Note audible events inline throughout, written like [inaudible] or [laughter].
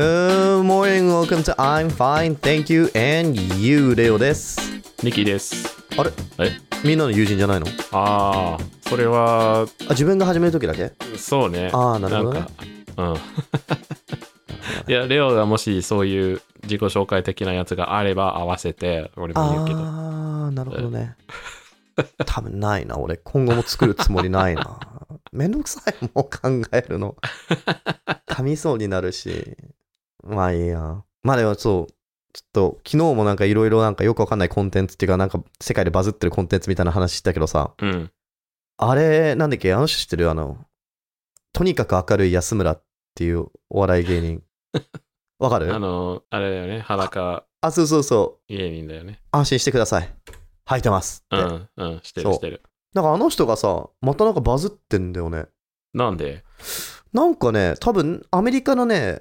Good morning, welcome to I'm fine, thank you and you, レオです。ミキです。あれえみんなの友人じゃないのああ、それは、あ、自分が始めるときだけそうね。あーなるほどねんかうん。い [laughs] や、レオがもしそういう自己紹介的なやつがあれば合わせて、俺も言うけど。あー、なるほどね。多分ないな、俺。今後も作るつもりない [laughs] な。めんどくさいもう考えるの。噛みそうになるし。まあいいや。まあでもそう、ちょっと昨日もなんかいろいろなんかよくわかんないコンテンツっていうか、なんか世界でバズってるコンテンツみたいな話したけどさ、うん。あれ、なんだっけ、あの人知ってるあの、とにかく明るい安村っていうお笑い芸人。[laughs] わかるあの、あれだよね。裸あ、そうそうそう。芸人だよね。安心してください。吐いてますって。うん、うん、してそるうしてる。なんかあの人がさ、またなんかバズってんだよね。なんでなんかね、多分アメリカのね、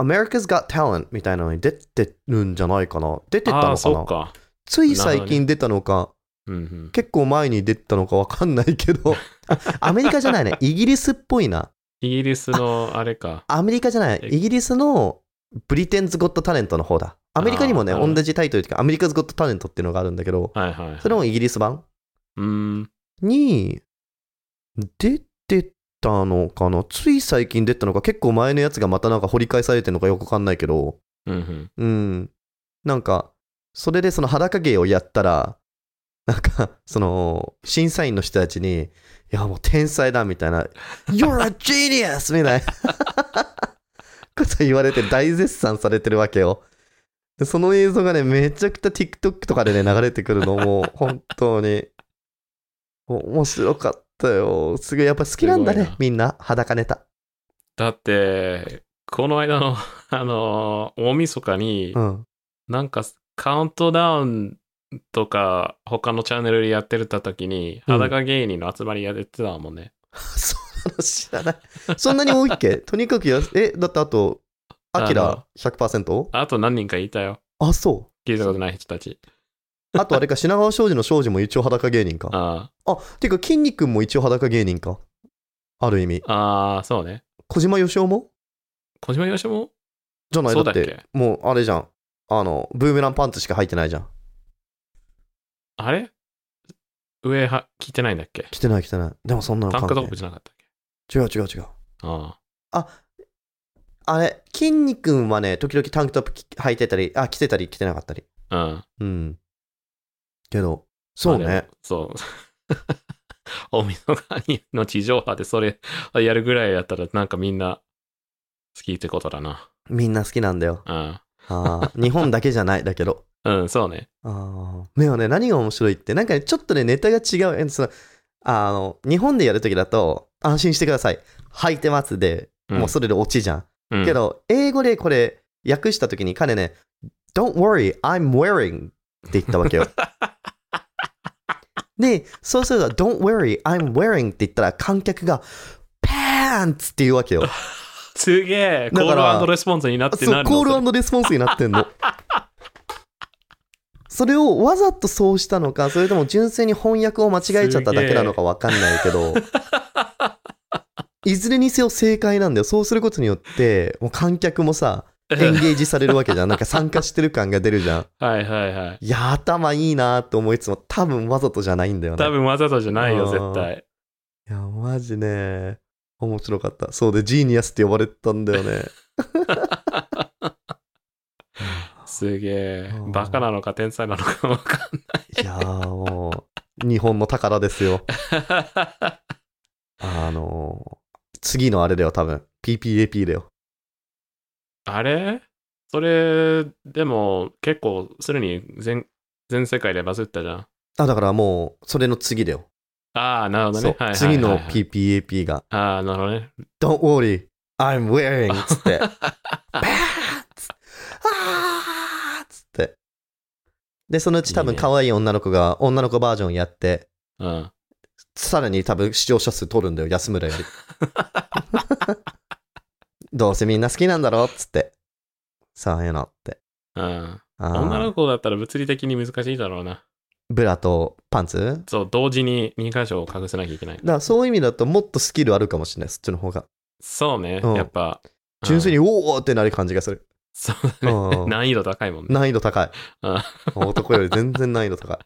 America's Got Talent みたいなのに出てるんじゃないかな。出てたのああー、かそなっか。つい最近出たのか、うんうん。結構前に出たのかわかんないけ [laughs] ど、あアメリカじゃないね。イギリスっぽいな。イギリスのあれ [laughs] か。アメリカじゃない。えイギリスのブリテンズ・ゴット・タレントの方だ。アメリカにもね、あーなるほど同じタイトルというか、アメリカズ・ゴット・タレントっていうのがあるんだけど、はいはいはい。それもイギリス版うん。に出てたのかなつい最近出たのか結構前のやつがまたなんか掘り返されてるのかよくわかんないけどうんうん。うんなんかそれでその裸芸をやったらなんかその審査員の人たちに「いやもう天才だ」みたいな「You're a genius!」みたいなこと言われて大絶賛されてるわけよでその映像がねめちゃくちゃ TikTok とかでね流れてくるのもう本当にもう面白かったよすごいやっぱ好きなんだすごいねなみんな裸ネタだって、この間の、あのー大晦日にう、んなんかカウントダウンとか他のチャンネルでやってた時にうん裸芸人の集まりやってたもんね。そうなの知らない。そんなに多いっけ [laughs] とにかくやす、え、だってあと、アキラ 100%? あと何人かいたよ。あ、そ聞いたことない人たち。う。あとあれか、品川庄司の庄司も一応裸芸人か。ああ、てか、筋肉も一応裸芸人か。ある意味。あ、ああそうね。小島よしおも小島よしおもじゃないそだうだっっけて、もうあれじゃん。あの、ブーメランパンツしか入ってないじゃん。あれ上は聞いてないんだっけ着てない着てない。でもそんなのタン関ク係トなップい。じゃなかったっけ違う違う違う。ああれ、筋肉はね、時々タンクトップき履いてたり、あ、着てたり着てなかったり。あ、うん。うん。けど、そうまあでねも。。そう。 [laughs] おみのがにの地上波でそれやるぐらいやったらなんかみんな好きってことだな。みんな好きなんだよ。うん。あー日本だけじゃないだけど。うん、そうね。あーでもね、何が面白いって、なんかね、ちょっとね、ネタが違う。えそのあの、日本でやるときだと、安心してください。履いてますで、うんもうそれで落ちじゃん。うん、けど、英語でこれ、訳したときに彼ね、Don't worry, I'm wearing って言った [laughs] わけよ。で、そうすると、Don't worry, I'm wearing って言ったら、観客が、パンツって言うわけよ。すげえ、コだからールレスポンスになってそなうるコのそれールレスポンスになってん [laughs] のそれをわざとそうしたのかそれとも純粋に翻訳を間違えちゃっただけなのかわかんないけ [laughs] どいずれにせよ正解なんだよそうすることによってもう観客もさエンゲージされるわけ [laughs] じゃんなんか参加してる感が出るじゃんはいはいはい。いや頭いいなと思いつつも多分わざとじゃないんだよね多分わざとじゃないよ、あー絶対。いやマジね面白かったそうでジーニアスって呼ばれてたんだよねすげえあー。バカなのか天才なのかわかいやーもう日本の宝ですよんない。 [laughs] あのー次のあれだよ、多分。PPAP だよ。あれそれ、でも結構すでに全全世界でバズったじゃん。あ、だからもう、それの次だよ。ああ、なるほどそうね。はいはいはいはい次の。PPAP が、ああ、なるほどね。 Don't worry, I'm wearing! っつ [laughs] って。バーッつってあーっつって。で、そのうち多い分いね可愛い女の子が女の子バージョンやって、うん。さらに多分視聴者数取るんだよ、安村 [laughs] より。どうせみんな好きなんだろっつって。そういうのって。うん、あー女の子だったら物理的に難しいだろうな。ブラとパンツそう、同時に2箇所を隠さなきゃいけないだ。からそういう意味だともっとスキルあるかもしれないそっちの方がそうね、うんやっぱ、純粋に、おおってなる感じがする。そううだ [laughs] ね。ん難易度高いもんね。難易度高いあ。男より全然難易度高い。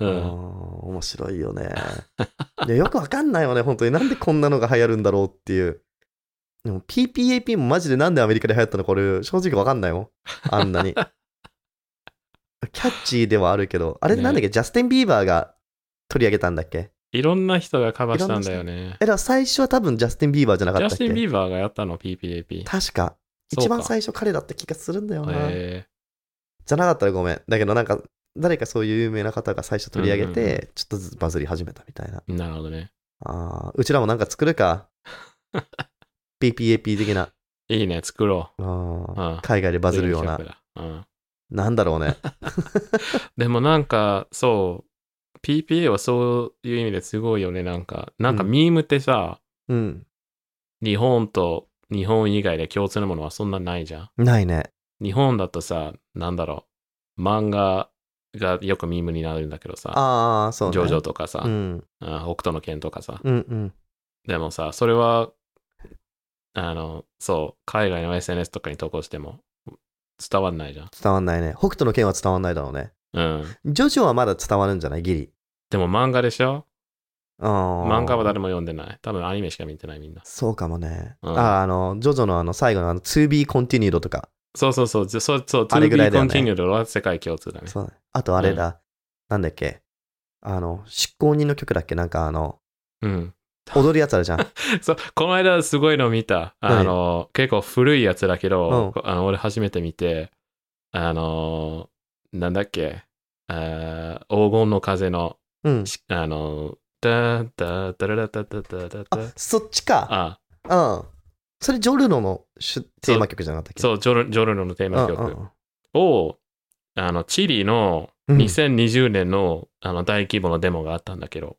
ううんん。面白いよね。いやよくわかんないよね、本当に。なんでこんなのが流行るんだろうっていう。でも PPAP もマジでなんでアメリカで流行ったのか俺、正直わかんないもん。あんなに。 [laughs] キャッチーではあるけど、あれなんだっけ、ジャスティン・ビーバーが取り上げたんだっけいろんな人がカバーしたんだよね。え、だから最初は多分ジャスティン・ビーバーじゃなジかっャたっスけティン・ビーバーがやったの、確 PPAP。か。そうか一番最初彼だった気がするんだよな。えじゃなかったらごめん。だけどなんか、誰かそういう有名な方が最初取り上げうんうんうんて、ちょっとずつバズり始めたみたいな。ーなるほどね。ああ、うちらもなんか作る [laughs] か。PPAP 的な。いいね、作ろあうんー海外でう。バズるようなゼロ。企画だうん。なんだろうね。でもなんか、そう、PPA はそういう意味ですごいよね。なんか、なんかうんミームってさ、うん。日本と日本以外で共通のものはそんなないじゃん。ないね。日本だとさ、なんだろう、漫画がよくミームになるんだけどさ、ああ、そうね。ジョジョとかさ、うん。あ北斗の拳とかさ、うんうん。でもさ、それは、あの、そう、海外の SNS とかに投稿しても伝わんないじゃん。伝わんないね。北斗の剣は伝わんないだろうね。うん。ジョジョはまだ伝わるんじゃないギリ。でも漫画でしょ漫漫画は誰も読んでない。多分アニメしか見てないみんな。そうかもね。うんああ、あの、ジョジョのあの最後のあの 2B コンティニュードとか。そうそうそう、じゃそうそう、あれぐらい 2B だよね Continued は世界共通だね。そうだね。あとあれだ。なんだっけ。あの、執行人の曲だっけなんかあの、うん。踊るやつあるじゃん。そう、この間すごいの見た。あの、結構古いやつだけど、うあの俺初めて見て、あの、なんだっけ、あー黄金の風の、うん。しあの、ダダダラダダダダダあダ。、そっちか。あ、うん。それ、ジョルノの主テーマ曲じゃなかったっけそう、ジョルジョルノのテーうマんうん曲うんを、あの、チリのうん2020年の,、あの大規模のデモがあったんだ [laughs] けど、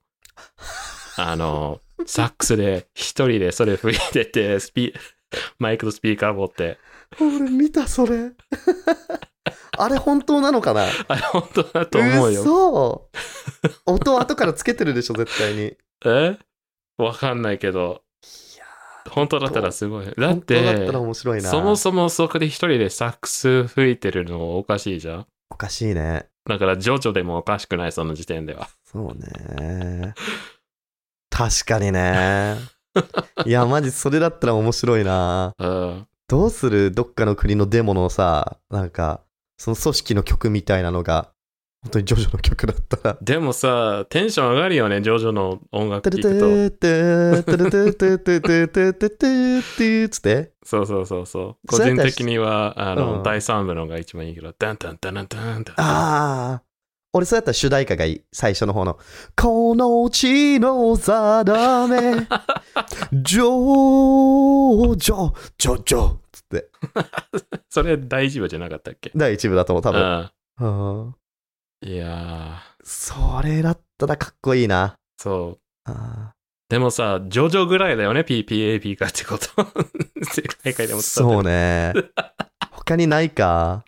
あの、サックスで一人でそれ吹いてて、スピマイクとスピーカー持って、俺見た、それ。あれ、本当なのかなあれ本当だと思うよ。嘘音後からつけてるでしょ、絶対に。えわかんないけど、本当だったらすごい。だっ本当だてったら、面白いな。そもそもそこで一人でサックス吹いてるのおかしいじゃん。おかしいね。だから、ジョジョでもおかしくない、その時点では。そうね。確かにね。いや、マジ、それだったら面白いな。うん。どうするどっかの国のデモのさ、なんか、その組織の曲みたいなのが、本当にジョジョの曲だったら。でもさ、テンション上がるよね、ジョジョの音楽トゥ聴ルトくゥトゥトゥルトゥトゥトゥトゥトゥトゥトゥトゥつって。と。そうそうそうそう。個そうやっ人たら的には、あの、うん第3部のが一番いいけど、ダンダンダンダンダンダ [laughs] ン。ああ。俺そうやったら主題歌がいい。最初の方の。この地の定め。ジョージョ、ジョジョ。つって。それ第1部じゃなかったっけ第一部だと思う、多分。分。うんうんいやそれだったらかっこいいな。ー、そう。あでもさ、ジョジョぐらいだよね、PPAP かってこと。 [laughs] 世界界でーも伝そわうってね。 [laughs] 他にないか。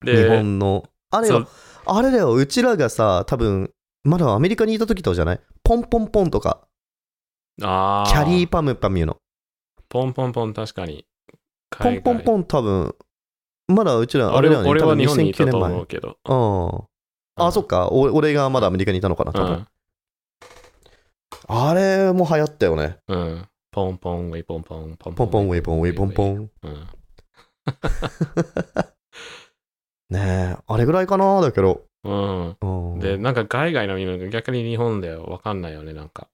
る。日で本の。あれそよう、あれだよ、うちらがさ、多分まだアメリカにいた時とかじゃないポンポンポンとか、あキャリーー。パムパミュの。ポンポンポン、確かに。ポンポンン。ポン多分、まだうちら、あれ俺だよね、俺多は分日本にい2009た年と前。思うけど。うん。あ、そっか、お俺がまだアメリカにいたのかな、多分。あれも流行ったよね。うん。うん。ポンポン、ウェイポンポン、ポンポンポンウェイポンウェイポンポン。ン。うん。ねえ、あれぐらいかな、だけど。うんうん、で、なんか海外の犬が逆に日本ではわかんないよね、なんか。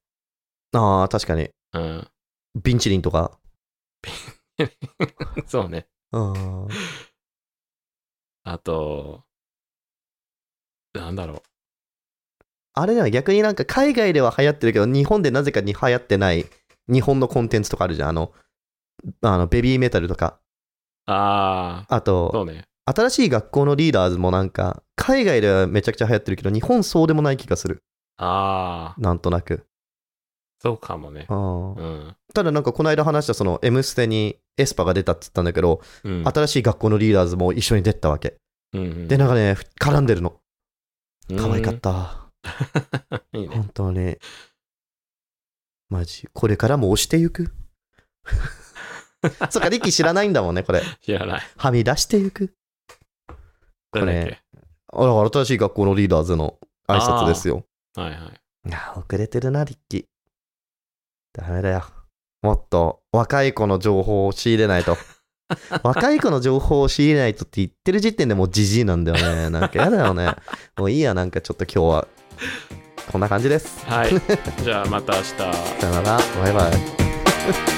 ああ、確かに。うん。ビンチリンとか。そうね。うん。あと、なんだろう。あれでは逆になんか海外では流行ってるけど、日本でなぜかに流行ってない日本のコンテンツとかあるじゃん。あの、あのベビーメタルとか。ああー、そと、うね。新しい学校のリーダーズもなんか、海外ではめちゃくちゃ流行ってるけど、日本そうでもない気がする。あー、なんとなく。そうかもね。うんうん。ただなんかこの間話したその M ステにエスパが出たって言ったんだけど、うん。。新しい学校のリーダーズも一緒に出てたわけ。で、なんかね、絡んでるの。可愛かったた。いいね。本当 [laughs] に。マジ。これからも押していく。そっか、リッキー知らないんだもんね、これ。知らない。はみ出していく。これ誰だっあら、新しい学校のリーダーズの挨拶ですよ。けはいはい。いや、遅れてるな、リッキー。ダメだよ。もっと若い子の情報を仕入れない [laughs] と。若い子の情報を仕入れないとって言ってる時点でもうじじいなんだよね。なんかやだよね。もういいや、なんかちょっと今日は。こんな感じです。 [laughs] はい。じゃあまた明日。さよなら。バイバイ。